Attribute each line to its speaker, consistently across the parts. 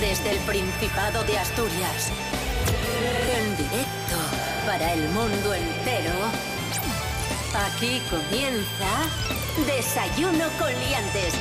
Speaker 1: Desde el Principado de Asturias. En directo para el mundo entero. Aquí comienza Desayuno con Liantes.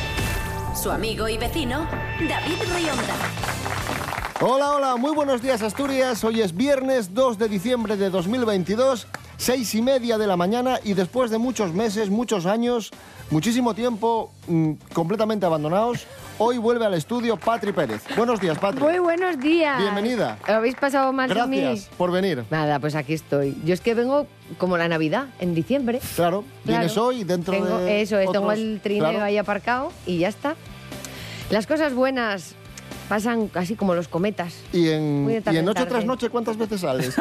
Speaker 1: Su amigo y vecino, David Rionda.
Speaker 2: Hola, hola, muy buenos días Asturias. Hoy es viernes 2 de diciembre de 2022, seis y media de la mañana y después de muchos meses, muchos años, muchísimo tiempo mm, completamente abandonados, hoy vuelve al estudio Patri Pérez. Buenos días, Patri.
Speaker 3: Muy buenos días.
Speaker 2: Bienvenida.
Speaker 3: ¿Lo habéis pasado mal sin mí?
Speaker 2: Gracias por venir.
Speaker 3: Nada, pues aquí estoy. Yo es que vengo como la Navidad, en diciembre.
Speaker 2: Claro, vienes
Speaker 3: Claro.
Speaker 2: hoy dentro
Speaker 3: Tengo-
Speaker 2: de
Speaker 3: Eso es, tengo
Speaker 2: otros-
Speaker 3: el trineo
Speaker 2: claro.
Speaker 3: ahí aparcado y ya está. Las cosas buenas pasan casi como los cometas.
Speaker 2: Y en,
Speaker 3: Muy de tarde
Speaker 2: y en
Speaker 3: en
Speaker 2: noche tras
Speaker 3: tarde.
Speaker 2: noche, ¿cuántas veces sales?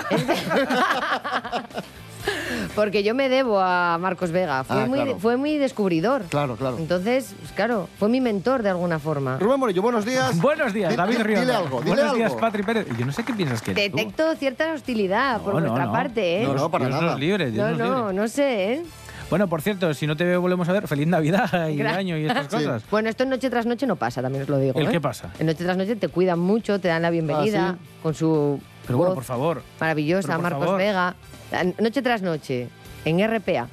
Speaker 3: Porque yo me debo a Marcos Vega. Fue,
Speaker 2: Ah,
Speaker 3: muy,
Speaker 2: claro.
Speaker 3: fue muy descubridor.
Speaker 2: claro, claro.
Speaker 3: Entonces, pues claro, fue mi mentor de alguna forma.
Speaker 2: Rubén Morillo, buenos días.
Speaker 4: Buenos días,
Speaker 2: Di-
Speaker 4: David
Speaker 2: di-
Speaker 4: Rionda.
Speaker 2: Dile algo, dile
Speaker 4: Buenos días,
Speaker 2: algo.
Speaker 4: Patri Pérez. Yo no sé qué piensas que eres tú.
Speaker 3: Detecto cierta hostilidad por
Speaker 4: No, no,
Speaker 3: vuestra
Speaker 4: no.
Speaker 3: parte, ¿eh?
Speaker 2: No,
Speaker 4: Dios-
Speaker 2: no, para
Speaker 4: Dios
Speaker 2: nada.
Speaker 4: nos libre, Dios
Speaker 3: no,
Speaker 4: nos
Speaker 3: no,
Speaker 4: libre.
Speaker 3: no sé, ¿eh?
Speaker 4: Bueno, por cierto, si no te volvemos a ver, feliz Navidad y
Speaker 3: Gra-
Speaker 4: año y estas
Speaker 2: Sí.
Speaker 4: cosas.
Speaker 3: Bueno, esto en noche tras noche no pasa, también os lo digo.
Speaker 4: ¿El
Speaker 3: ¿eh?
Speaker 4: qué pasa?
Speaker 3: En noche tras noche te cuidan mucho, te dan la bienvenida
Speaker 2: Ah,
Speaker 3: con su
Speaker 4: Pero bueno,
Speaker 3: voz
Speaker 4: por favor.
Speaker 3: maravillosa,
Speaker 4: pero por
Speaker 3: Marcos
Speaker 4: favor.
Speaker 3: Vega. Ah, Noche tras noche, en RPA.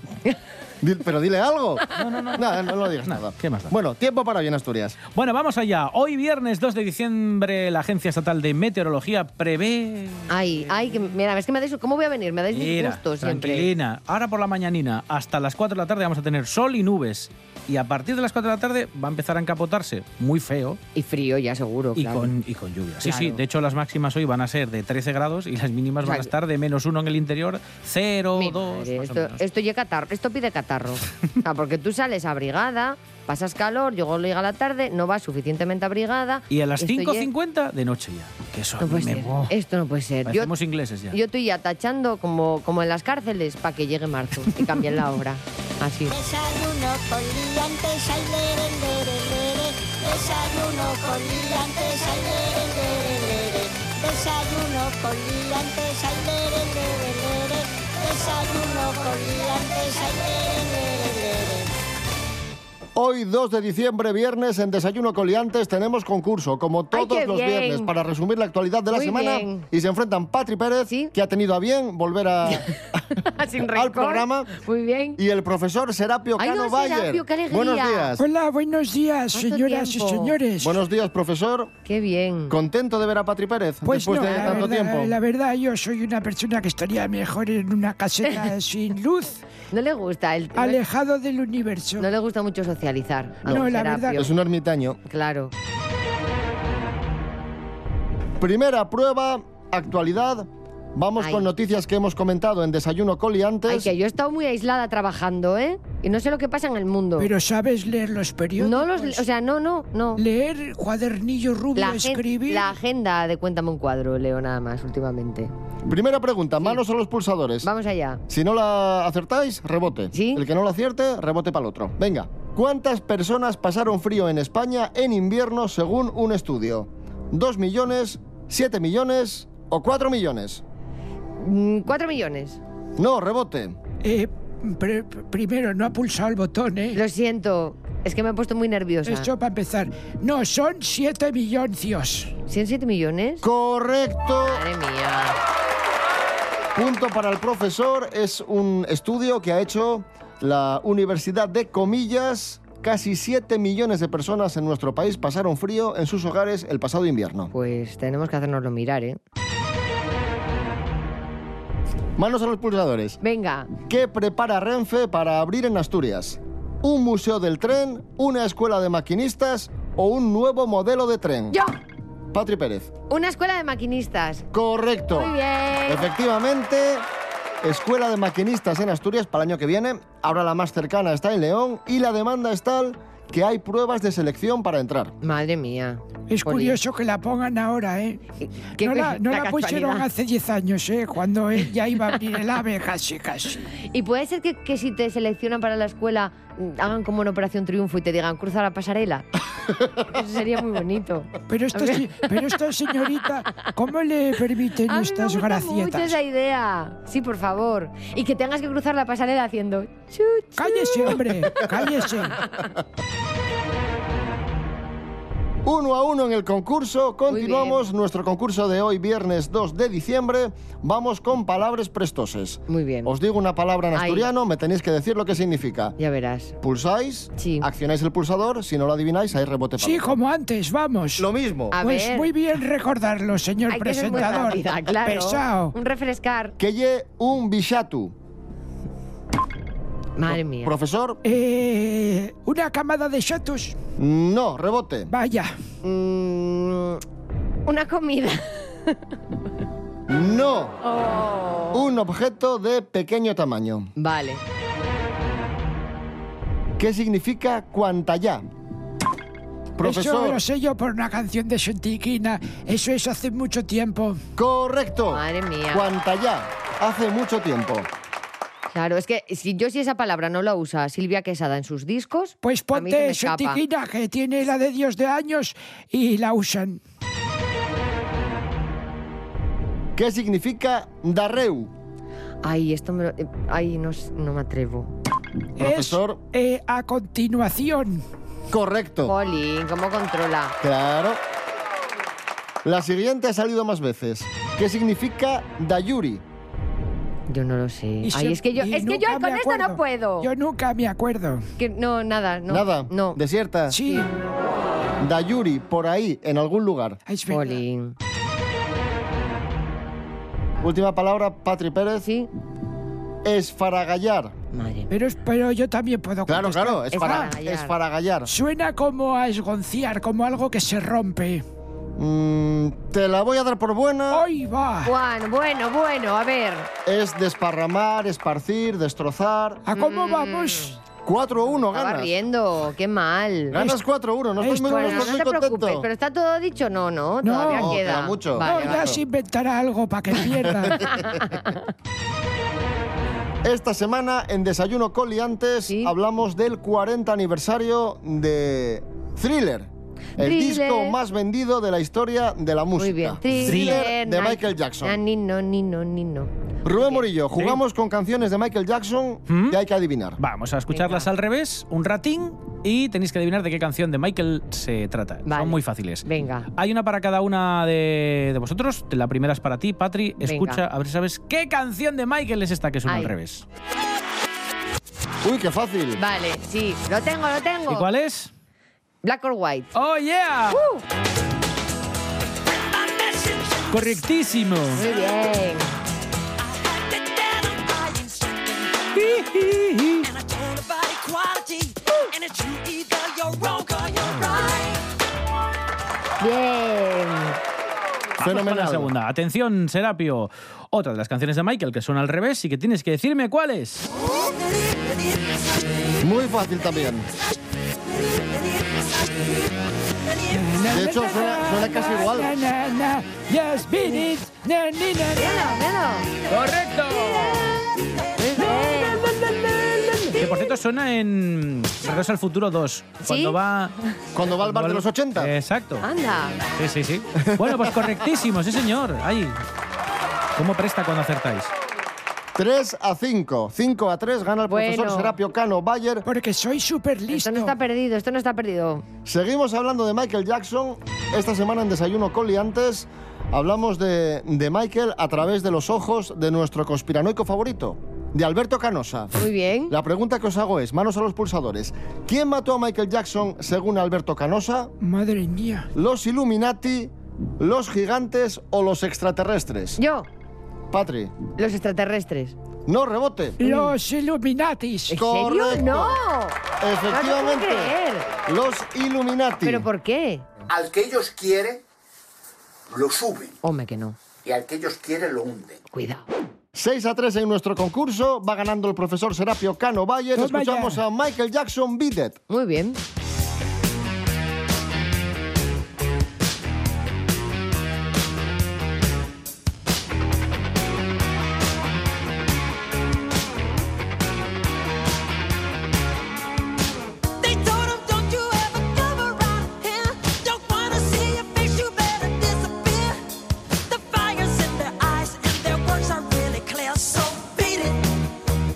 Speaker 2: Di- pero dile algo. No, no, no. Nada, no lo digas
Speaker 4: Nada,
Speaker 2: nada.
Speaker 4: ¿qué más da?
Speaker 2: Bueno, tiempo para bien, Asturias.
Speaker 4: Bueno, vamos allá. Hoy viernes 2 de diciembre, la Agencia Estatal de Meteorología prevé...
Speaker 3: Ay, ay, que, mira, Ah, es que me dais... ¿Cómo voy a venir? Me dais
Speaker 4: Mira,
Speaker 3: disgustos siempre.
Speaker 4: tranquilina. Ahora por la mañanina, hasta las 4 de la tarde vamos a tener sol y nubes. Y a partir de las 4 de la tarde va a empezar a encapotarse, muy feo,
Speaker 3: Y frío, ya seguro,
Speaker 4: y,
Speaker 3: claro.
Speaker 4: con, y con lluvia. Sí,
Speaker 3: Claro.
Speaker 4: sí, de hecho las máximas hoy van a ser de 13 grados y las mínimas van a
Speaker 3: Claro.
Speaker 4: estar de menos 1 en el interior, 0,
Speaker 3: Mi
Speaker 4: 2,
Speaker 3: madre, esto, esto ya catarro, esto pide catarro. O sea, porque tú sales abrigada, pasas calor, llegó llega la tarde, no vas suficientemente abrigada.
Speaker 4: Y a las
Speaker 3: esto ya-
Speaker 4: 5.50 de noche ya. Que eso a
Speaker 3: No
Speaker 4: mí
Speaker 3: puede
Speaker 4: me...
Speaker 3: ser.
Speaker 4: buah,
Speaker 3: Esto no puede ser. Yo-
Speaker 4: Parecemos ingleses ya.
Speaker 3: Yo estoy ya tachando como, como en las cárceles para que llegue marzo y cambien la hora. Así.
Speaker 5: Desayuno con liantes al lere, lere, lere. Desayuno con liantes al lere, lere, lere. Desayuno con liantes al lere, lere, lere. Desayuno con liantes al lere, lere, lere.
Speaker 2: Hoy, 2 de diciembre, viernes, en Desayuno Coliantes tenemos concurso, como
Speaker 3: ¡Ay,
Speaker 2: todos
Speaker 3: qué
Speaker 2: los
Speaker 3: bien!
Speaker 2: viernes, para resumir la actualidad de la
Speaker 3: Muy
Speaker 2: semana.
Speaker 3: bien.
Speaker 2: Y se enfrentan Patri Pérez,
Speaker 3: Sí.
Speaker 2: que ha tenido a bien volver a...
Speaker 3: Sin
Speaker 2: Al
Speaker 3: rencor.
Speaker 2: programa.
Speaker 3: Muy bien.
Speaker 2: y el profesor Serapio
Speaker 3: Ay,
Speaker 2: Cano
Speaker 3: don
Speaker 2: Bayer.
Speaker 3: Serapio, qué alegría.
Speaker 2: Buenos días.
Speaker 6: Hola, buenos días,
Speaker 3: ¿Cuánto
Speaker 6: señoras
Speaker 3: tiempo?
Speaker 6: y señores.
Speaker 2: Buenos días, profesor.
Speaker 3: Qué bien.
Speaker 2: ¿Contento de ver a Patri Pérez
Speaker 6: pues
Speaker 2: después
Speaker 6: no,
Speaker 2: de
Speaker 6: la
Speaker 2: tanto
Speaker 6: verdad,
Speaker 2: tiempo?
Speaker 6: la verdad, yo soy una persona que estaría mejor en una caseta sin luz,
Speaker 3: No le gusta el. no-
Speaker 6: alejado del universo.
Speaker 3: No, le gusta mucho socializar. a
Speaker 6: No,
Speaker 3: don
Speaker 6: la
Speaker 3: Serapio.
Speaker 6: verdad-
Speaker 2: Es un ermitaño.
Speaker 3: Claro.
Speaker 2: Primera prueba, actualidad. Vamos
Speaker 3: Ay.
Speaker 2: con noticias que hemos comentado en Desayuno Coliantes.
Speaker 3: Ay, que yo he estado muy aislada trabajando, ¿eh? Y no sé lo que pasa en el mundo.
Speaker 6: Pero sabes leer los periódicos.
Speaker 3: no los. O sea, no, no, no.
Speaker 6: leer cuadernillo rubio,
Speaker 3: La, agen-
Speaker 6: escribir.
Speaker 3: la agenda de Cuéntame un cuadro, leo nada más últimamente.
Speaker 2: Primera pregunta, manos a los pulsadores.
Speaker 3: Vamos allá.
Speaker 2: Si no la acertáis, rebote.
Speaker 3: ¿Sí?
Speaker 2: El que no la acierte, rebote para el otro. Venga. ¿Cuántas personas pasaron frío en España en invierno según un estudio? ¿2 millones, 7 millones o 4 millones?
Speaker 3: Mm, Cuatro millones.
Speaker 2: No, rebote.
Speaker 6: Eh, pre- primero, no ha pulsado el botón, ¿eh?
Speaker 3: Lo siento. Es que me he puesto muy nerviosa.
Speaker 6: Esto para empezar. No, son siete milloncios.
Speaker 3: ¿107 millones?
Speaker 2: Correcto.
Speaker 3: Madre mía.
Speaker 2: Punto para el profesor. Es un estudio que ha hecho la Universidad de Comillas. Casi 7 millones de personas en nuestro país pasaron frío en sus hogares el pasado invierno.
Speaker 3: Pues tenemos que hacernoslo mirar, ¿eh?
Speaker 2: Manos a los pulsadores.
Speaker 3: Venga.
Speaker 2: ¿Qué prepara Renfe para abrir en Asturias? ¿Un museo del tren, una escuela de maquinistas o un nuevo modelo de tren?
Speaker 3: ¡Yo!
Speaker 2: Patri Pérez.
Speaker 3: Una escuela de maquinistas.
Speaker 2: Correcto.
Speaker 3: Muy bien.
Speaker 2: Efectivamente, escuela de maquinistas en Asturias para el año que viene. Ahora la más cercana está en León y la demanda es tal que hay pruebas de selección para entrar.
Speaker 3: Madre mía.
Speaker 6: Es
Speaker 3: Jolín.
Speaker 6: curioso que la pongan ahora, ¿eh?
Speaker 3: Qué-
Speaker 6: no la, no
Speaker 3: la
Speaker 6: la pusieron
Speaker 3: casualidad.
Speaker 6: hace 10 años, ¿eh? Cuando eh, ya iba a abrir el AVE casi, casi.
Speaker 3: Y puede ser que, que si te seleccionan para la escuela mm, hagan como una operación triunfo y te digan cruza la pasarela. Eso sería muy bonito.
Speaker 6: Pero esta, se- pero esta señorita, ¿cómo le permiten
Speaker 3: A mí me
Speaker 6: estas
Speaker 3: gusta mucho
Speaker 6: gracietas?
Speaker 3: esa idea. Sí, por favor. Y que tengas que cruzar la pasarela haciendo chuch.
Speaker 6: Cállese, hombre, cállese.
Speaker 2: Uno a uno en el concurso. Continuamos
Speaker 3: bien.
Speaker 2: nuestro concurso de hoy, viernes 2 de diciembre. Vamos con palabras prestoses.
Speaker 3: Muy bien.
Speaker 2: Os digo una palabra en
Speaker 3: Ahí.
Speaker 2: asturiano, me tenéis que decir lo que significa.
Speaker 3: Ya verás.
Speaker 2: Pulsáis,
Speaker 3: Sí.
Speaker 2: accionáis el pulsador, si no lo adivináis, hay rebote para
Speaker 6: Sí, como antes, vamos.
Speaker 2: Lo mismo.
Speaker 3: A
Speaker 6: pues
Speaker 3: ver.
Speaker 6: muy bien recordarlo, señor
Speaker 3: Hay que ser muy
Speaker 6: presentador.
Speaker 3: rápida, claro.
Speaker 6: Pesao.
Speaker 3: Un refrescar.
Speaker 2: Que lle un bichatu.
Speaker 3: Madre mía.
Speaker 2: Profesor,
Speaker 6: Eh, una camada de chatos.
Speaker 2: no, rebote.
Speaker 6: Vaya.
Speaker 3: Mm, una comida.
Speaker 2: No.
Speaker 3: Oh.
Speaker 2: Un objeto de pequeño tamaño.
Speaker 3: Vale.
Speaker 2: ¿Qué significa cuantallá?
Speaker 6: Eso
Speaker 2: Profesor,
Speaker 6: lo sé yo por una canción de Sentiquina. Eso es hace mucho tiempo.
Speaker 2: correcto.
Speaker 3: Madre mía.
Speaker 2: Cuantallá. Hace mucho tiempo.
Speaker 3: Claro, es que si yo si esa palabra no la usa Silvia Quesada en sus discos,
Speaker 6: Pues
Speaker 3: a mí se me
Speaker 6: ponte
Speaker 3: escapa.
Speaker 6: Sentiquina, que tiene la de Dios de años y la usan.
Speaker 2: ¿Qué significa darreu?
Speaker 3: Ay, esto me lo... eh, Ay, no, s- no me atrevo.
Speaker 2: Profesor.
Speaker 6: Es, eh, a continuación.
Speaker 2: Correcto.
Speaker 3: Jolín, ¿cómo controla?
Speaker 2: Claro. La siguiente ha salido más veces. ¿Qué significa dayuri?
Speaker 3: Yo no lo sé.
Speaker 6: Y
Speaker 3: Ay,
Speaker 6: se-
Speaker 3: es que yo,
Speaker 6: y
Speaker 3: es que yo
Speaker 6: nunca
Speaker 3: con
Speaker 6: me
Speaker 3: esto no
Speaker 6: acuerdo.
Speaker 3: puedo.
Speaker 6: Yo nunca me acuerdo.
Speaker 3: Que no, nada, no.
Speaker 2: Nada.
Speaker 3: No.
Speaker 2: Desierta.
Speaker 6: Sí,
Speaker 2: Dayuri, por ahí, en algún lugar.
Speaker 6: es verdad.
Speaker 3: Jolín.
Speaker 2: Última palabra, Patri Pérez.
Speaker 3: Sí.
Speaker 2: Esfaragallar.
Speaker 3: Madre mía.
Speaker 6: Pero, es- pero yo también puedo
Speaker 2: Claro,
Speaker 6: contestar.
Speaker 2: claro, esfara-
Speaker 3: Esfaragallar.
Speaker 2: esfaragallar.
Speaker 6: Suena como a esgonciar, como algo que se rompe.
Speaker 2: Mm, te la voy a dar por buena.
Speaker 6: ¡Hoy va!
Speaker 3: Bueno, bueno, bueno, a ver.
Speaker 2: Es desparramar, esparcir, destrozar.
Speaker 6: ¿A cómo
Speaker 3: Mm.
Speaker 6: vamos?
Speaker 2: 4-1
Speaker 3: Estaba
Speaker 2: ganas.
Speaker 3: riendo, qué mal.
Speaker 2: Ganas 4-1. No estoy
Speaker 6: Esto-
Speaker 2: muy,
Speaker 3: Bueno,
Speaker 2: no
Speaker 3: no
Speaker 2: estoy
Speaker 3: te preocupes,
Speaker 2: contento.
Speaker 3: pero está todo dicho, no, no,
Speaker 6: No.
Speaker 3: todavía
Speaker 2: No,
Speaker 3: queda.
Speaker 2: queda mucho.
Speaker 3: Vale,
Speaker 6: no,
Speaker 2: vale.
Speaker 6: ya se inventará algo para que pierda.
Speaker 2: Esta semana en Desayuno Coliantes
Speaker 3: Sí.
Speaker 2: hablamos del 40 aniversario de Thriller. El
Speaker 3: Thriller.
Speaker 2: disco más vendido de la historia de la música.
Speaker 3: Muy bien.
Speaker 2: Thriller de
Speaker 3: Nike.
Speaker 2: Michael Jackson.
Speaker 3: Ah, ni no, ni no, ni no.
Speaker 2: Rubén Morillo, jugamos con canciones de Michael Jackson
Speaker 4: ¿Mm?
Speaker 2: que hay que adivinar.
Speaker 4: Vamos a escucharlas al revés, un ratín, y tenéis que adivinar de qué canción de Michael se trata.
Speaker 3: Vale.
Speaker 4: Son muy fáciles.
Speaker 3: Venga.
Speaker 4: Hay una para cada una de, de vosotros. La primera es para ti, Patri.
Speaker 3: Venga.
Speaker 4: Escucha, a ver si sabes qué canción de Michael es esta que suena
Speaker 3: Ay.
Speaker 4: al revés.
Speaker 2: Uy, qué fácil.
Speaker 3: Vale, sí, lo tengo, lo tengo.
Speaker 4: ¿Y cuál es?
Speaker 3: Black or white.
Speaker 4: ¡Oh, yeah! Correctísimo.
Speaker 3: Muy bien. Bien.
Speaker 4: Vamos con la
Speaker 2: Fenomenal.
Speaker 4: segunda. Atención, Serapio. Otra de las canciones de Michael que suena al revés y que tienes que decirme cuál es.
Speaker 2: Muy fácil también. De hecho, suena, suena casi
Speaker 6: Na,
Speaker 2: igual.
Speaker 6: na, na, uh, yes, beat it. Na, ni, na, na.
Speaker 3: Míralo, míralo.
Speaker 4: ¡Correcto!
Speaker 3: Bien.
Speaker 4: Que por cierto suena en Regreso al Futuro 2. Cuando va.
Speaker 2: Cuando va al bar de los 80.
Speaker 4: Exacto.
Speaker 3: Anda.
Speaker 4: Sí, sí, sí. Bueno, pues correctísimo, sí, señor. Ay. ¿Cómo presta cuando acertáis?
Speaker 2: 3 a 5. 5 a 3 gana el
Speaker 3: Bueno.
Speaker 2: profesor Serapio Cano Bayer.
Speaker 6: Porque soy súper
Speaker 3: Esto
Speaker 6: listo.
Speaker 3: no está perdido, esto no está perdido.
Speaker 2: Seguimos hablando de Michael Jackson. Esta semana en Desayuno Coli antes hablamos de, de Michael a través de los ojos de nuestro conspiranoico favorito, de Alberto Canosa.
Speaker 3: Muy bien.
Speaker 2: La pregunta que os hago es, manos a los pulsadores, ¿quién mató a Michael Jackson según Alberto Canosa?
Speaker 6: Madre mía.
Speaker 2: ¿Los Illuminati, los gigantes o los extraterrestres?
Speaker 3: Yo,
Speaker 2: Patri,
Speaker 3: los extraterrestres.
Speaker 2: no rebote.
Speaker 6: Los Illuminatis.
Speaker 3: ¿En serio?
Speaker 2: Correcto.
Speaker 3: No. No te
Speaker 2: Efectivamente.
Speaker 3: puedo creer.
Speaker 2: Los Illuminati.
Speaker 3: ¿Pero por qué?
Speaker 7: Al que ellos quieren, lo suben.
Speaker 3: Hombre, que no.
Speaker 7: Y al que ellos quieren, lo hunden.
Speaker 3: Cuidado.
Speaker 2: 6 a 3 en nuestro concurso. Va ganando el profesor Serapio Cano Bayer.
Speaker 6: Toma ya.
Speaker 2: Escuchamos a Michael Jackson Beat It.
Speaker 3: Muy bien.
Speaker 8: They told him, don't you ever come around here. Don't wanna see your face, you better disappear. The fire's in their eyes and their words are really clear. So beat it,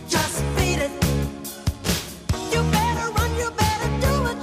Speaker 8: just beat it. You better run, you better do what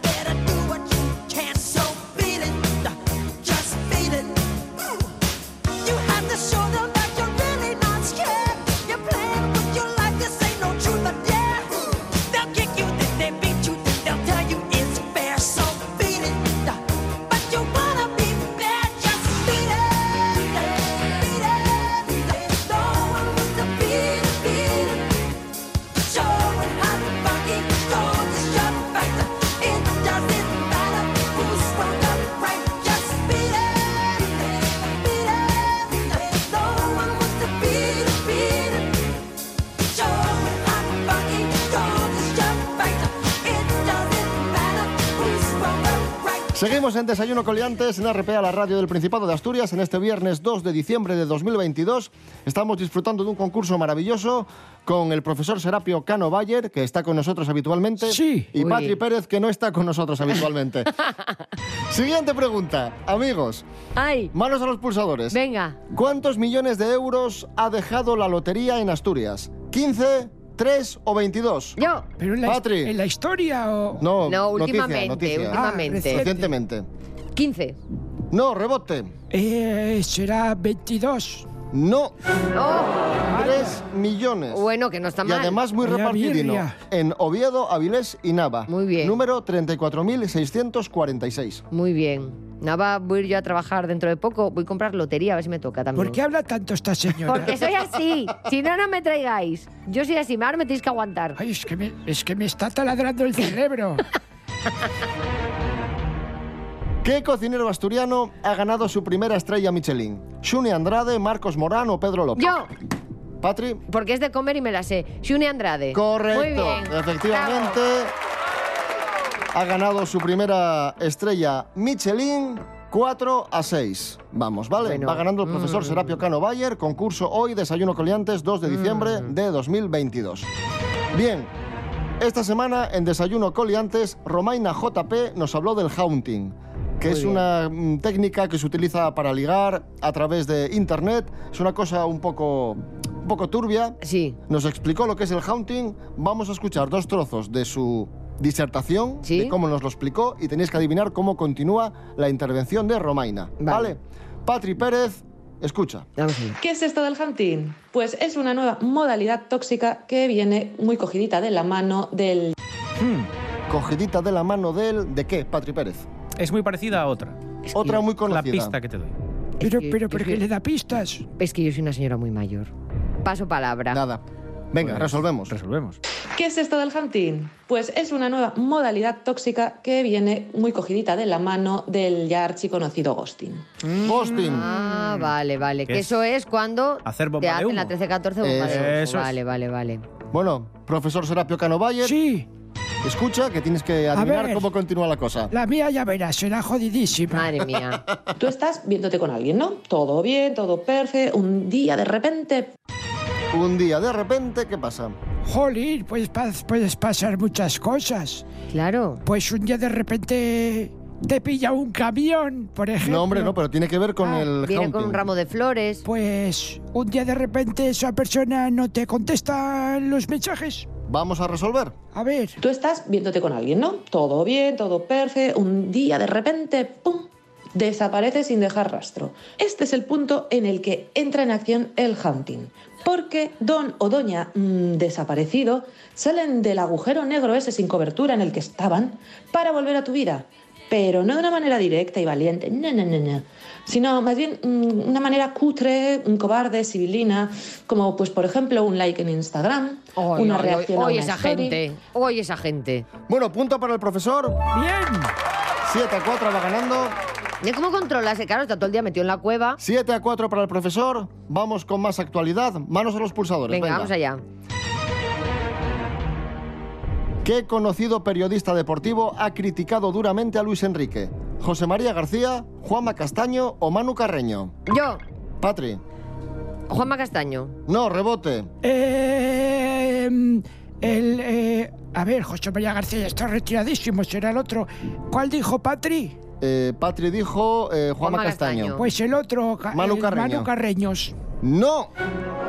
Speaker 9: Mm.
Speaker 2: Seguimos en Desayuno con Liantes en RPA, la radio del Principado de Asturias, en este viernes 2 de diciembre de 2022. Estamos disfrutando de un concurso maravilloso con el profesor Serapio Cano Bayer, que está con nosotros habitualmente,
Speaker 4: Sí.
Speaker 2: y
Speaker 3: Uy.
Speaker 2: Patri Pérez, que no está con nosotros habitualmente. Siguiente pregunta, amigos.
Speaker 3: ¡Ay!
Speaker 2: Manos a los pulsadores.
Speaker 3: Venga.
Speaker 2: ¿Cuántos millones de euros ha dejado la lotería en Asturias? ¿15, 3 o 22?
Speaker 3: Yo.
Speaker 6: Pero en la,
Speaker 2: Patri.
Speaker 6: en la historia o...
Speaker 2: No,
Speaker 3: No,
Speaker 2: noticia,
Speaker 3: últimamente,
Speaker 2: noticia.
Speaker 3: últimamente.
Speaker 6: Ah,
Speaker 2: Recientemente.
Speaker 3: 15.
Speaker 2: No, rebote.
Speaker 6: Eh, será 22.
Speaker 2: No,
Speaker 3: Oh,
Speaker 2: 3 millones.
Speaker 3: bueno, que no está
Speaker 2: y
Speaker 3: mal.
Speaker 2: además muy
Speaker 6: Mira,
Speaker 2: repartidino.
Speaker 6: birria.
Speaker 2: En Oviedo, Avilés y Nava.
Speaker 3: Muy bien.
Speaker 2: Número 34.646.
Speaker 3: Muy bien. Nada, voy a ir yo a trabajar dentro de poco. Voy a comprar lotería, a ver si me toca también.
Speaker 6: ¿Por qué habla tanto esta señora?
Speaker 3: Porque soy así. Si no, no me traigáis. Yo soy así, ahora me tenéis que aguantar.
Speaker 6: Ay, es que, me, es que me está taladrando el cerebro.
Speaker 2: ¿Qué cocinero asturiano ha ganado su primera estrella Michelin? ¿Shuni Andrade, Marcos Morán o Pedro López?
Speaker 3: Yo,
Speaker 2: Patri.
Speaker 3: porque es de comer y me la sé. Shuni Andrade.
Speaker 2: Correcto.
Speaker 3: Muy bien.
Speaker 2: Efectivamente. Ha ganado su primera estrella Michelin 4 a 6. Vamos, ¿vale?
Speaker 3: Bueno. Mm.
Speaker 2: Va ganando el profesor Serapio Cano Bayer. Concurso hoy, Desayuno Coliantes, 2 de diciembre
Speaker 3: Mm.
Speaker 2: de 2022. Bien. Esta semana en Desayuno Coliantes, Romaina JP nos habló del haunting, que es una mm, técnica que se utiliza para ligar a través de internet. Es una cosa un poco, un poco turbia,
Speaker 3: Sí,
Speaker 2: nos explicó lo que es el haunting. Vamos a escuchar dos trozos de su disertación,
Speaker 3: Sí.
Speaker 2: de cómo nos lo explicó, y tenéis que adivinar cómo continúa la intervención de Romaina.
Speaker 3: Vale.
Speaker 2: ¿Vale? Patri Pérez, escucha.
Speaker 3: vamos a ver.
Speaker 10: ¿Qué es esto del hunting? Pues es una nueva modalidad tóxica que viene muy cogidita de la mano del...
Speaker 4: Hmm,
Speaker 2: Cogidita de la mano del... ¿De qué, Patri Pérez?
Speaker 4: es muy parecida a otra.
Speaker 2: Otra muy
Speaker 4: La
Speaker 2: conocida.
Speaker 4: pista que te doy.
Speaker 6: Pero,
Speaker 3: Es que-
Speaker 6: pero,
Speaker 3: es
Speaker 6: ¿por
Speaker 3: que-
Speaker 6: qué le da pistas?
Speaker 3: Es que yo soy una señora muy mayor. Paso palabra.
Speaker 2: Nada. Venga,
Speaker 4: Pues,
Speaker 2: resolvemos.
Speaker 4: Resolvemos.
Speaker 10: ¿Qué es esto del hunting? Pues es una nueva modalidad tóxica que viene muy cogidita de la mano del ya archiconocido ghosting.
Speaker 2: Posting.
Speaker 3: Ah, vale, vale. Que
Speaker 4: Es
Speaker 3: eso es cuando
Speaker 4: hacer bomba
Speaker 3: te
Speaker 4: de
Speaker 3: hacen la
Speaker 4: humo.
Speaker 3: 13-14 bomba de
Speaker 2: Eso
Speaker 3: humo.
Speaker 4: es.
Speaker 3: Vale, vale, vale.
Speaker 2: Bueno, profesor Serapio Cano Bayer,
Speaker 6: Sí,
Speaker 2: escucha que tienes que adivinar
Speaker 6: ver.
Speaker 2: cómo continúa la cosa.
Speaker 6: la mía ya verás, será jodidísima.
Speaker 3: Madre mía.
Speaker 10: Tú estás viéndote con alguien, ¿no? Todo bien, todo perfecto. Un día de repente...
Speaker 2: Un día, de repente, ¿qué pasa?
Speaker 6: Jolín, pues pas- puedes pasar muchas cosas.
Speaker 3: Claro.
Speaker 6: Pues un día de repente te pilla un camión, por ejemplo.
Speaker 2: No, hombre, no, pero tiene que ver con
Speaker 6: Ah,
Speaker 2: el
Speaker 3: Viene con
Speaker 2: haunting.
Speaker 3: un ramo de flores.
Speaker 6: Pues un día de repente esa persona no te contesta los mensajes.
Speaker 2: Vamos a resolver.
Speaker 6: A ver,
Speaker 10: Tú estás viéndote con alguien, ¿no? Todo bien, todo perfecto. Un día de repente, ¡pum! Desaparece sin dejar rastro. Este es el punto en el que entra en acción el hunting. Porque don o doña mm, desaparecido salen del agujero negro ese sin cobertura en el que estaban para volver a tu vida. Pero no de una manera directa y valiente, no, no, no, no. Sino más bien mm, una manera cutre, mm, cobarde, sibilina, como pues por ejemplo un like en Instagram,
Speaker 3: Hoy,
Speaker 10: una
Speaker 3: hoy,
Speaker 10: reacción a
Speaker 3: hoy
Speaker 10: una
Speaker 3: esa
Speaker 10: story.
Speaker 3: gente. Hoy esa gente.
Speaker 2: Bueno, punto para el profesor.
Speaker 6: bien.
Speaker 2: 7 a 4 va ganando.
Speaker 3: ¿De cómo controlas? Claro, está todo el día metido en la cueva.
Speaker 2: 7 a 4 para el profesor. Vamos con más actualidad. Manos a los pulsadores.
Speaker 3: Venga,
Speaker 2: Venga,
Speaker 3: vamos allá.
Speaker 2: ¿Qué conocido periodista deportivo ha criticado duramente a Luis Enrique? ¿José María García, Juanma Castaño o Manu Carreño?
Speaker 3: Yo,
Speaker 2: Patri.
Speaker 3: Juanma Castaño.
Speaker 2: No, rebote.
Speaker 6: Eh, el, eh, a ver, José María García está retiradísimo, será el otro. ¿Cuál dijo Patri?
Speaker 2: Eh, Patri dijo eh, Juanma,
Speaker 3: Juanma
Speaker 2: Castaño.
Speaker 3: Castaño.
Speaker 6: Pues el otro, Ca-
Speaker 2: Manu
Speaker 6: el
Speaker 2: Carreño.
Speaker 6: Manu Carreños.
Speaker 2: No.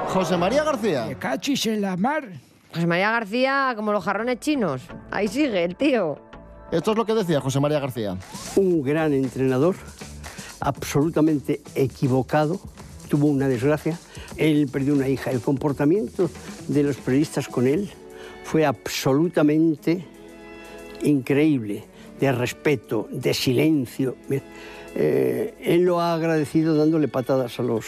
Speaker 2: José María García.
Speaker 6: Me cachis en la mar.
Speaker 3: José María García, como los jarrones chinos. Ahí sigue el tío.
Speaker 2: Esto es lo que decía José María García.
Speaker 11: un gran entrenador, absolutamente equivocado, tuvo una desgracia, él perdió una hija, el comportamiento de los periodistas con él fue absolutamente increíble, de respeto, de silencio. Eh, él lo ha agradecido dándole patadas a los...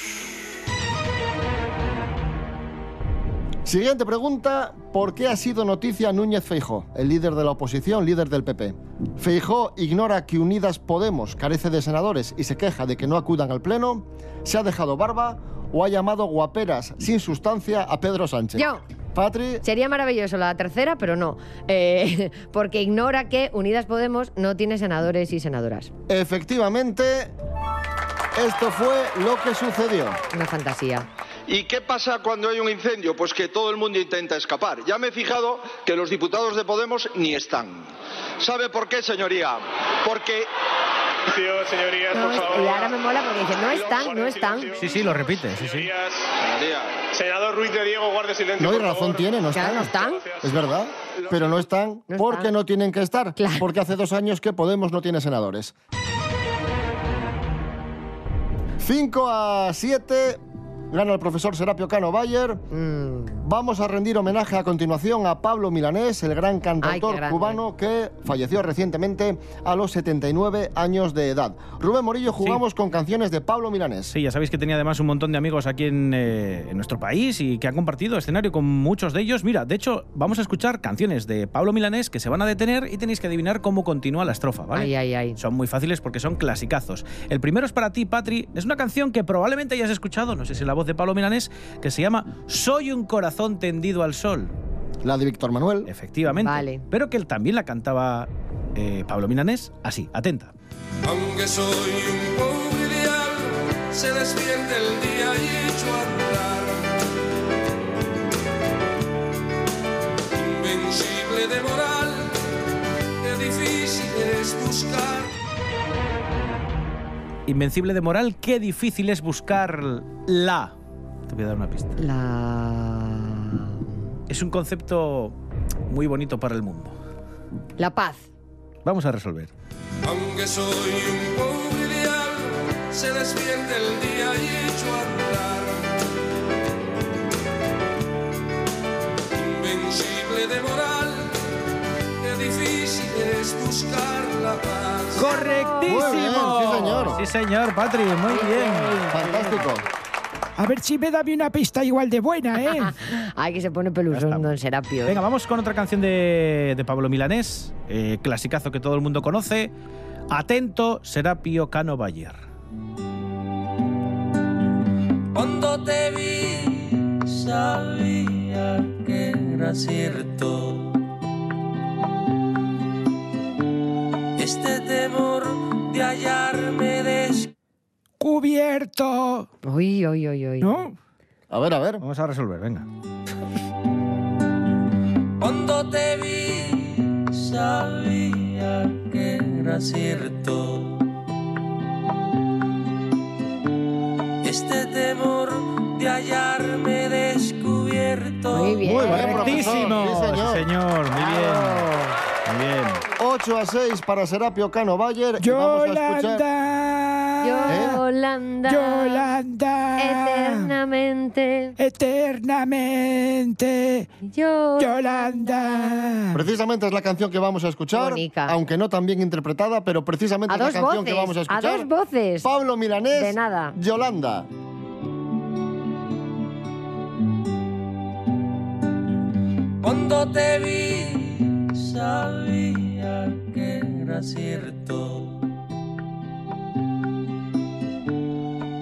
Speaker 2: Siguiente pregunta, ¿por qué ha sido noticia Núñez Feijó, el líder de la oposición, líder del PP? Feijó ignora que Unidas Podemos carece de senadores y se queja de que no acudan al pleno, se ha dejado barba o ha llamado guaperas sin sustancia a Pedro Sánchez.
Speaker 3: Yo,
Speaker 2: Patri.
Speaker 3: Sería maravilloso la tercera, pero no. Eh, porque ignora que Unidas Podemos no tiene senadores y senadoras.
Speaker 2: Efectivamente, esto fue lo que sucedió.
Speaker 3: Una fantasía.
Speaker 12: ¿Y qué pasa cuando hay un incendio? Pues que todo el mundo intenta escapar. Ya me he fijado que los diputados de Podemos ni están. ¿Sabe por qué, señoría? Porque... señorías,
Speaker 3: No, y ahora me mola porque dice, no están, no están.
Speaker 4: Sí, sí, lo repite. Sí, sí.
Speaker 13: Senador Ruiz de Diego, guarde silencio.
Speaker 2: No, y
Speaker 13: por
Speaker 2: razón
Speaker 13: favor.
Speaker 2: tiene, no están. Es verdad, pero no están porque no tienen que estar. Porque hace dos años que Podemos no tiene senadores. 5 a 7 gana el profesor Serapio Cano Bayer.
Speaker 3: Mm,
Speaker 2: Vamos a rendir homenaje a continuación a Pablo Milanés, el gran cantautor
Speaker 14: grande.
Speaker 2: cubano que falleció recientemente a los 79 años de edad. Rubén Morillo, jugamos con canciones de Pablo Milanés.
Speaker 4: Sí, ya sabéis que tenía además un montón de amigos aquí en, eh, en nuestro país y que han compartido escenario con muchos de ellos. Mira, de hecho, vamos a escuchar canciones de Pablo Milanés que se van a detener y tenéis que adivinar cómo continúa la estrofa, ¿vale?
Speaker 3: Ay, ay, ay.
Speaker 4: Son muy fáciles porque son clasicazos. El primero es para ti, Patri. Es una canción que probablemente hayas escuchado, no sé si en la voz de Pablo Milanés, que se llama Soy un corazón tendido al sol.
Speaker 2: La de Víctor Manuel.
Speaker 4: Efectivamente. Pero que él también la cantaba eh, Pablo Milanés así, atenta.
Speaker 9: Aunque soy un pobre diablo, se despierta el día y echo a andar. Invencible de moral, qué difícil es buscar.
Speaker 4: Invencible de moral, qué difícil es buscar la. Te voy a dar una pista.
Speaker 3: La.
Speaker 4: Es un concepto muy bonito para el mundo.
Speaker 3: La paz.
Speaker 4: Vamos a resolver.
Speaker 9: Aunque soy un pobre diablo, se despierta el día y echo a andar. Invencible de moral, qué difícil es buscar la paz.
Speaker 4: ¡Correctísimo!
Speaker 9: Muy bien, sí, señor.
Speaker 4: Sí, señor, Patri, muy bien.
Speaker 2: Fantástico.
Speaker 6: A ver si me da a mí una pista igual de buena, ¿eh?
Speaker 3: Ay, que se pone pelusón don Serapio. ¿eh?
Speaker 4: Venga, vamos con otra canción de, de Pablo Milanés, eh, clasicazo que todo el mundo conoce. Atento, Serapio Cano Bayer.
Speaker 9: Cuando te vi, sabía que era cierto. Este temor de hallarme
Speaker 6: Cubierto.
Speaker 3: Uy, uy, uy, uy.
Speaker 6: ¿No?
Speaker 2: A ver, a ver.
Speaker 4: Vamos a resolver, venga.
Speaker 9: Cuando te vi, sabía que era cierto. Este temor de hallarme descubierto.
Speaker 3: Muy bien.
Speaker 2: Muy bien,
Speaker 4: Correctísimo.
Speaker 2: profesor. Sí, señor.
Speaker 4: Sí, señor. Muy bien. Muy bien.
Speaker 2: 8 a 6 para Serapio Cano Bayer. y vamos a escuchar.
Speaker 3: Yolanda.
Speaker 6: Yolanda.
Speaker 3: Eternamente.
Speaker 6: Eternamente.
Speaker 3: Mm.
Speaker 6: Yolanda.
Speaker 2: Precisamente es la canción que vamos a escuchar, aunque no tan bien interpretada, pero precisamente
Speaker 3: A
Speaker 2: es la
Speaker 3: dos
Speaker 2: canción
Speaker 3: voces.
Speaker 2: que vamos a
Speaker 3: a,
Speaker 2: escuchar.
Speaker 3: dos voces.
Speaker 2: Pablo Milanés.
Speaker 3: De nada.
Speaker 2: Yolanda.
Speaker 9: Cuando te vi, sabía que era cierto.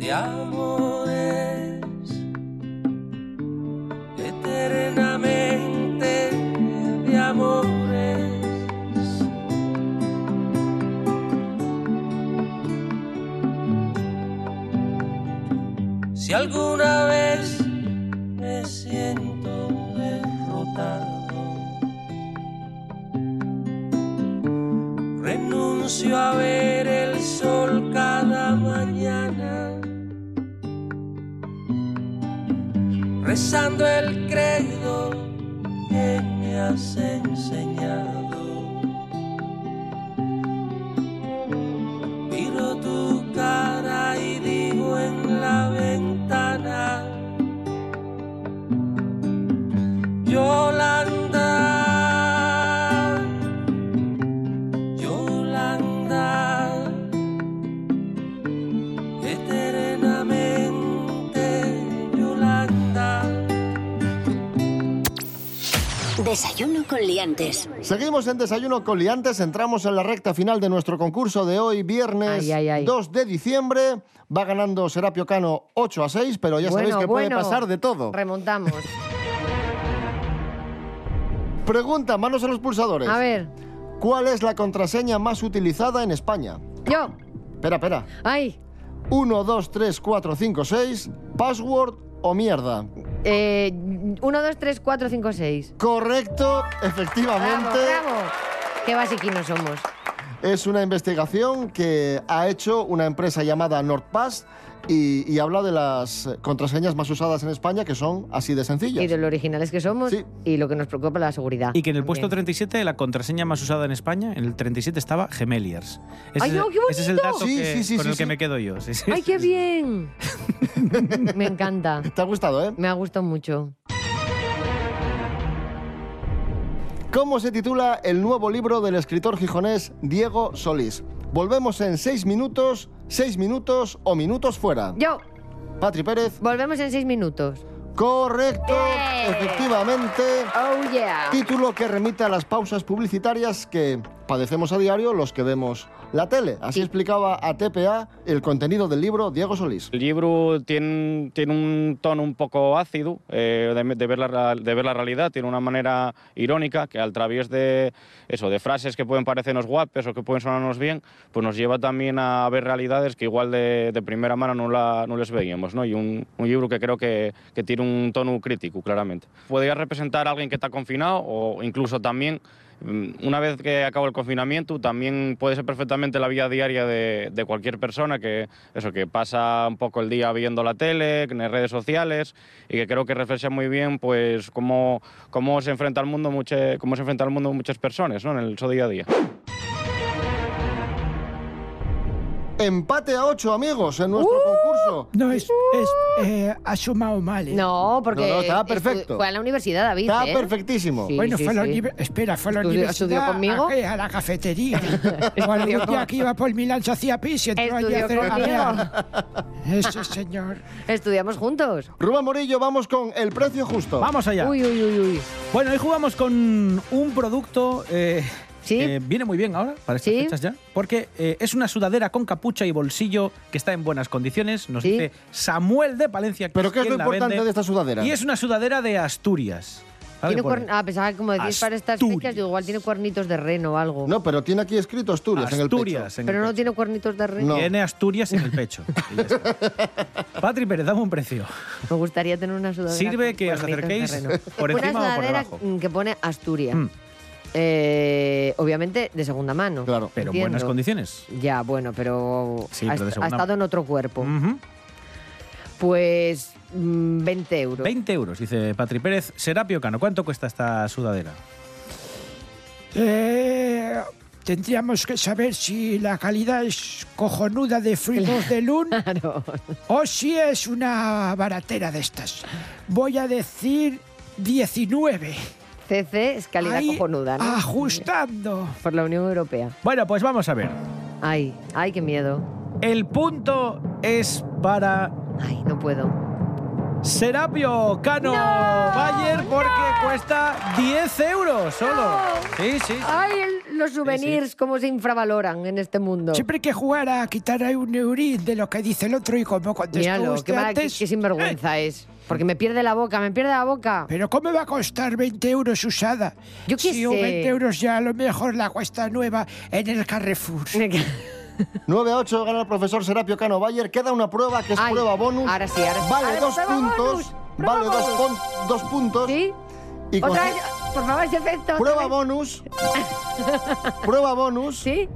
Speaker 9: de amores, eternamente de amores. Si alguna vez me siento derrotado, renuncio a ver el sol cada mañana, rezando el credo que me has enseñado. Miro tu cara y digo en la ventana. Yo
Speaker 1: Desayuno con liantes.
Speaker 2: Seguimos en Desayuno con Liantes, entramos en la recta final de nuestro concurso de hoy, viernes 2 de diciembre. Va ganando Serapio Cano 8 a 6, pero ya sabéis
Speaker 3: Bueno,
Speaker 2: que
Speaker 3: bueno.
Speaker 2: puede pasar de todo.
Speaker 3: Remontamos.
Speaker 2: Pregunta, manos a los pulsadores.
Speaker 3: A ver.
Speaker 2: ¿Cuál es la contraseña más utilizada en España?
Speaker 3: Yo.
Speaker 2: Espera, espera.
Speaker 3: Ay.
Speaker 2: 1, 2, 3, 4, 5, 6. Password o mierda.
Speaker 3: Eh, 1, 2, 3, 4, 5, 6.
Speaker 2: Correcto, efectivamente.
Speaker 3: Bravo, bravo. Qué basiquinos somos.
Speaker 2: Es una investigación que ha hecho una empresa llamada NordPass y, y habla de las eh, contraseñas más usadas en España que son así de sencillas.
Speaker 3: Y de lo originales que somos y lo que nos preocupa la seguridad.
Speaker 4: Y que en el puesto
Speaker 3: También.
Speaker 4: 37, la contraseña más usada en España, en el 37 estaba Gemeliers. Ese,
Speaker 3: ¡Ay,
Speaker 4: es-
Speaker 3: no, qué
Speaker 4: ese es el
Speaker 3: bonito!
Speaker 4: dato
Speaker 3: Sí,
Speaker 4: que-
Speaker 3: sí, sí,
Speaker 4: con
Speaker 3: sí,
Speaker 4: el que
Speaker 3: sí.
Speaker 4: me quedo yo. sí, sí.
Speaker 3: ¡Ay, qué bien! Me encanta.
Speaker 2: ¿Te ha gustado, eh?
Speaker 3: Me ha gustado mucho.
Speaker 2: ¿Cómo se titula el nuevo libro del escritor gijonés Diego Solís? Volvemos en seis minutos, seis minutos o minutos fuera.
Speaker 3: Yo.
Speaker 2: Patri Pérez.
Speaker 3: Volvemos en seis minutos.
Speaker 2: Correcto, efectivamente.
Speaker 3: Oh, yeah.
Speaker 2: Título que remite a las pausas publicitarias que padecemos a diario los que vemos la tele. Así explicaba a TPA el contenido del libro Diego Solís.
Speaker 14: El libro tiene, tiene un tono un poco ácido eh, de, de ver la, ra- de ver la realidad, tiene una manera irónica que al través de, eso, de frases que pueden parecernos guapes o que pueden sonarnos bien, pues nos lleva también a ver realidades que igual de, de primera mano no, la- no les veíamos. ¿no? Y un, un libro que creo que, que tiene un tono crítico, claramente. Podría representar a alguien que está confinado o incluso también... mm, Una vez que acaba el confinamiento, también puede ser perfectamente la vida diaria de, de cualquier persona que, eso, que pasa un poco el día viendo la tele, en las redes sociales, y que creo que refleja muy bien pues, cómo, cómo, se enfrenta al mundo muche- cómo se enfrenta al mundo muchas personas ¿no? en el su día a día.
Speaker 2: Empate a ocho amigos en
Speaker 3: Uh,
Speaker 2: nuestro concurso.
Speaker 6: No, es, es eh, ha sumado mal.
Speaker 3: No, porque
Speaker 2: No, no, estaba
Speaker 3: estu-
Speaker 2: perfecto.
Speaker 3: Fue a la universidad, David.
Speaker 2: Está
Speaker 3: ¿eh?
Speaker 2: perfectísimo.
Speaker 3: Sí,
Speaker 6: bueno,
Speaker 3: sí,
Speaker 6: fue a la
Speaker 3: sí.
Speaker 6: univer- espera, fue a la
Speaker 3: Estudió-
Speaker 6: universidad.
Speaker 3: estudió conmigo.
Speaker 6: ¿a qué? A, la cafetería. o algún
Speaker 3: Estudió
Speaker 6: día que iba por Milán se hacía pis y entró allí a
Speaker 3: Estudió
Speaker 6: hacer a
Speaker 3: conmigo.
Speaker 6: ver. Ese señor.
Speaker 3: Estudiamos juntos.
Speaker 2: Rubén Morillo, vamos con el precio justo.
Speaker 4: Vamos allá.
Speaker 3: Uy, uy, uy, uy.
Speaker 4: Bueno, hoy jugamos con un producto eh, que viene muy bien ahora, para estas fechas ya, porque eh, es una sudadera con capucha y bolsillo que está en buenas condiciones, nos dice Samuel de Palencia. que
Speaker 2: ¿Pero qué es lo
Speaker 4: quien la
Speaker 2: importante
Speaker 4: vende,
Speaker 2: de esta sudadera?
Speaker 4: Y es una sudadera de Asturias. ¿Sabe?
Speaker 3: Tiene
Speaker 4: Pone,
Speaker 3: cuernos. Ah, pensaba que como decís para estas
Speaker 4: Asturias.
Speaker 3: fechas, digo, igual tiene cuernitos de reno o algo.
Speaker 2: No, pero tiene aquí escrito Asturias,
Speaker 4: Asturias
Speaker 2: en el
Speaker 3: Pero no tiene cuernitos de reno.
Speaker 4: Tiene Asturias en el pecho. y ya está. Patri Pérez, dame un precio.
Speaker 3: Me gustaría tener una sudadera.
Speaker 4: Sirve
Speaker 3: con
Speaker 4: que os
Speaker 3: cuernitos de
Speaker 4: acerquéis
Speaker 3: reno.
Speaker 4: por
Speaker 3: Una
Speaker 4: encima o por
Speaker 3: sudadera
Speaker 4: debajo. Mm.
Speaker 3: mm, que pone Asturias.
Speaker 4: Hmm,
Speaker 3: Eh, obviamente de segunda mano. Claro,
Speaker 4: Pero en buenas condiciones.
Speaker 3: Ya, bueno, pero,
Speaker 4: Sí,
Speaker 3: ha,
Speaker 4: pero de
Speaker 3: ha
Speaker 4: segunda
Speaker 3: estado en otro cuerpo.
Speaker 4: Ujú.
Speaker 3: Pues mm, 20 euros.
Speaker 4: 20 euros, dice Patri Pérez. Serapio Cano, ¿cuánto cuesta esta sudadera?
Speaker 6: Eh, tendríamos que saber si la calidad es cojonuda de fritos de Lun o si es una baratera de estas. Voy a decir 19.
Speaker 3: CC es calidad
Speaker 6: Ahí,
Speaker 3: cojonuda,
Speaker 4: ah,
Speaker 3: ¿no?
Speaker 6: Ajustando.
Speaker 3: Por la Unión Europea.
Speaker 4: Bueno, pues vamos a ver.
Speaker 3: Ay, ay, qué miedo.
Speaker 4: El punto es para.
Speaker 3: Ay, no puedo.
Speaker 4: Serapio Cano Bayer, porque cuesta 10 euros solo. Sí, sí. sí.
Speaker 3: Ay, el- los souvenirs, cómo se infravaloran en este mundo.
Speaker 6: Siempre hay que jugar a quitar a un eurín de lo que dice el otro y como contestó
Speaker 3: Míralo, qué,
Speaker 6: usted
Speaker 3: mala- qué-
Speaker 6: antes,
Speaker 3: qué sinvergüenza es. Porque me pierde la boca, me pierde la boca.
Speaker 6: Pero ¿cómo va a costar 20 euros usada?
Speaker 3: Yo qué
Speaker 6: Si o
Speaker 3: sé.
Speaker 6: 20 euros ya a lo mejor la cuesta nueva en el Carrefour.
Speaker 2: 9 a 8 gana el profesor Serapio Cano Bayer. Queda una prueba que es
Speaker 3: Ay,
Speaker 2: prueba bonus.
Speaker 3: ahora sí, ahora sí.
Speaker 2: Vale
Speaker 3: Ahora
Speaker 2: dos
Speaker 3: prueba
Speaker 2: puntos.
Speaker 3: bonus, prueba
Speaker 2: vale dos,
Speaker 3: bonus.
Speaker 2: pon- dos puntos.
Speaker 3: Sí.
Speaker 2: Y
Speaker 3: Otra
Speaker 2: consi-
Speaker 3: vez, por favor, ese efecto. otra
Speaker 2: Prueba
Speaker 3: vez.
Speaker 2: bonus. prueba bonus.
Speaker 3: Sí.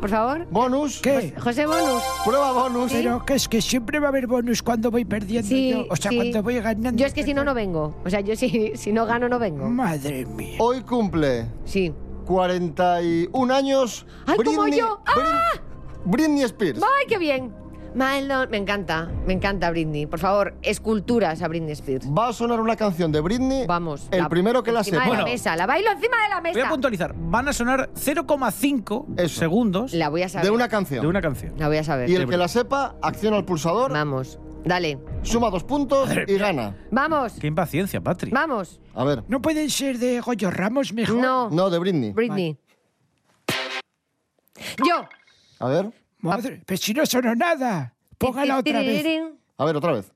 Speaker 3: Por favor.
Speaker 2: Bonus.
Speaker 6: ¿Qué?
Speaker 3: José Bonus.
Speaker 2: Prueba bonus.
Speaker 6: Pero que es que siempre va a haber bonus cuando voy perdiendo yo. O sea,
Speaker 3: sí.
Speaker 6: cuando voy ganando.
Speaker 3: Yo es que si no, no vengo. O sea, yo si, si no gano, no vengo.
Speaker 6: Madre mía.
Speaker 2: Hoy cumple.
Speaker 3: Sí.
Speaker 2: 41 años.
Speaker 3: ¡Ay, como yo! ¡Ah!
Speaker 2: Brin- Britney Spears.
Speaker 3: ¡Ay, qué bien! Maldon- Me encanta, me encanta Britney. Por favor, esculturas a Britney Spears.
Speaker 2: Va a sonar una canción de Britney.
Speaker 3: Vamos.
Speaker 2: El
Speaker 3: la-
Speaker 2: primero que la
Speaker 3: encima
Speaker 2: sepa.
Speaker 3: de la
Speaker 2: Bueno.
Speaker 3: mesa, la bailo encima de la mesa.
Speaker 4: Voy a puntualizar. Van a sonar 0,5 segundos
Speaker 3: La voy a saber.
Speaker 2: De una canción.
Speaker 4: de una canción.
Speaker 3: La voy a saber.
Speaker 2: Y el que la sepa, acciona el pulsador.
Speaker 3: Vamos. Dale.
Speaker 2: Suma dos puntos y gana.
Speaker 3: Vamos.
Speaker 4: Qué impaciencia, Patri.
Speaker 3: Vamos.
Speaker 2: A ver.
Speaker 6: ¿No pueden ser de Goyo Ramos mejor?
Speaker 3: No.
Speaker 2: No, de Britney.
Speaker 3: Britney. Yo.
Speaker 2: A ver.
Speaker 6: Madre, pero si no sonó nada. Póngala otra vez.
Speaker 3: Tiririn.
Speaker 2: A ver, otra vez.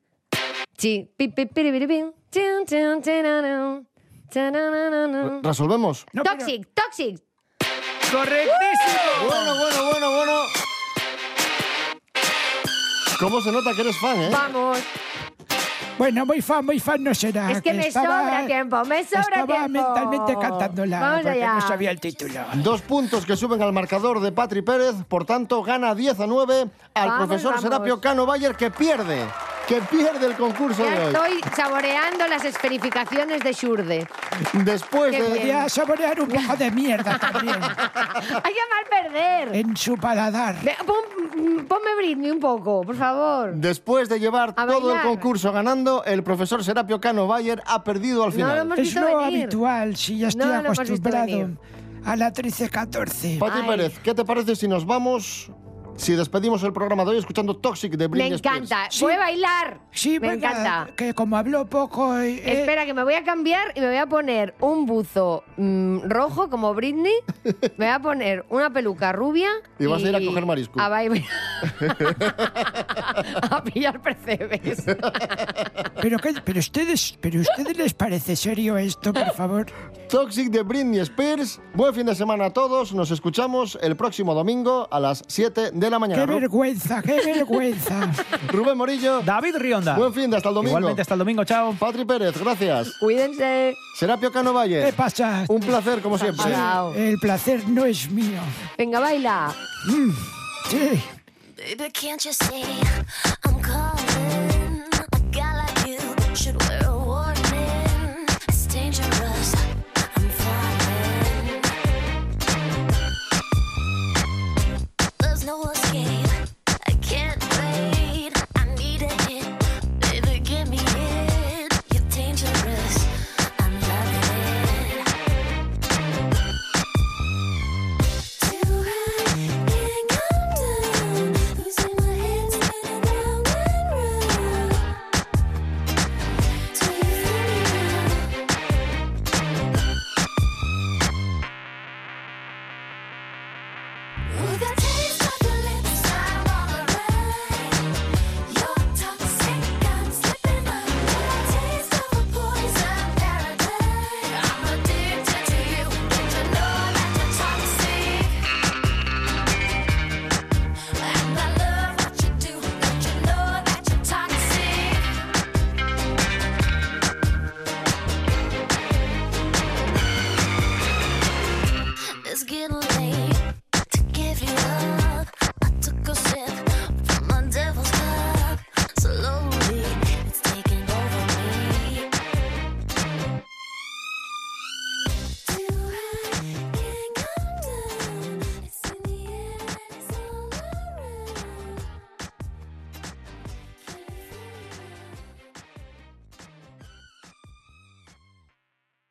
Speaker 3: Sí. Pi, pi, piribiribin. Chin, chin, chinanun. Chananananun.
Speaker 2: ¿Resolvemos?
Speaker 3: Toxic, toxic.
Speaker 4: ¡Correctísimo!
Speaker 2: Bueno, bueno, bueno, bueno. ¿Cómo se nota que eres fan, eh?
Speaker 3: Vamos.
Speaker 6: Bueno, muy fan, muy fan no será.
Speaker 3: Es que me
Speaker 6: estaba-
Speaker 3: sobra tiempo, me sobra
Speaker 6: estaba
Speaker 3: tiempo.
Speaker 6: mentalmente cantándola
Speaker 3: Vamos
Speaker 6: porque
Speaker 3: allá.
Speaker 6: no sabía el título.
Speaker 2: Dos puntos que suben al marcador de Patri Pérez, por tanto gana 10 a 9 al
Speaker 3: Vamos,
Speaker 2: profesor
Speaker 3: vamos.
Speaker 2: Serapio Cano Bayer que pierde, que pierde el concurso
Speaker 3: Ya
Speaker 2: de hoy.
Speaker 3: estoy saboreando las esferificaciones de Shurde.
Speaker 2: Después
Speaker 3: Qué
Speaker 2: de...
Speaker 3: bien. Podía
Speaker 6: saborear un poco de mierda también.
Speaker 3: Hay que mal perder.
Speaker 6: En su paladar.
Speaker 3: Ve, pon- ponme Britney un poco, por favor.
Speaker 2: Después de llevar
Speaker 3: A
Speaker 2: todo el
Speaker 3: bailar.
Speaker 2: concurso ganando, el profesor Serapio Cano Bayer ha perdido al
Speaker 3: No
Speaker 2: final.
Speaker 3: lo hemos
Speaker 6: Es
Speaker 3: visto
Speaker 6: lo
Speaker 3: venir.
Speaker 6: habitual, si ya estoy
Speaker 3: No lo hemos visto
Speaker 6: acostumbrado
Speaker 3: venir.
Speaker 6: a la 13-14.
Speaker 2: Patri Pérez, ¿qué te parece si nos vamos, si despedimos el programa de hoy escuchando Toxic de
Speaker 3: Me
Speaker 2: Britney Spears?
Speaker 3: encanta. Voy a bailar.
Speaker 6: Sí,
Speaker 3: me
Speaker 6: venga,
Speaker 3: encanta.
Speaker 6: Que como habló poco. eh, eh,
Speaker 3: Espera, que me voy a cambiar y me voy a poner un buzo mm, rojo como Britney. me voy a poner una peluca rubia.
Speaker 2: Y vas a ir a coger marisco.
Speaker 3: A, bailar- a pillar percebes.
Speaker 6: Pero, qué- pero ustedes, pero ustedes les parece serio esto, por favor.
Speaker 2: Toxic de Britney Spears. Buen fin de semana a todos. Nos escuchamos el próximo domingo a las 7 de la mañana.
Speaker 6: Qué vergüenza, qué vergüenza.
Speaker 2: Rubén Morillo.
Speaker 4: David Rionda.
Speaker 2: Buen fin de hasta el domingo.
Speaker 4: Igualmente, hasta el domingo. Chao.
Speaker 2: Patri Pérez, gracias.
Speaker 3: Cuídense.
Speaker 2: Serapio Cano Valle.
Speaker 4: Eh,
Speaker 6: ¿Qué pasa?
Speaker 2: Un placer, como siempre.
Speaker 3: Chao.
Speaker 6: El placer no es mío.
Speaker 3: Venga, baila.
Speaker 6: Mm, sí.
Speaker 15: Baby, can't you see I'm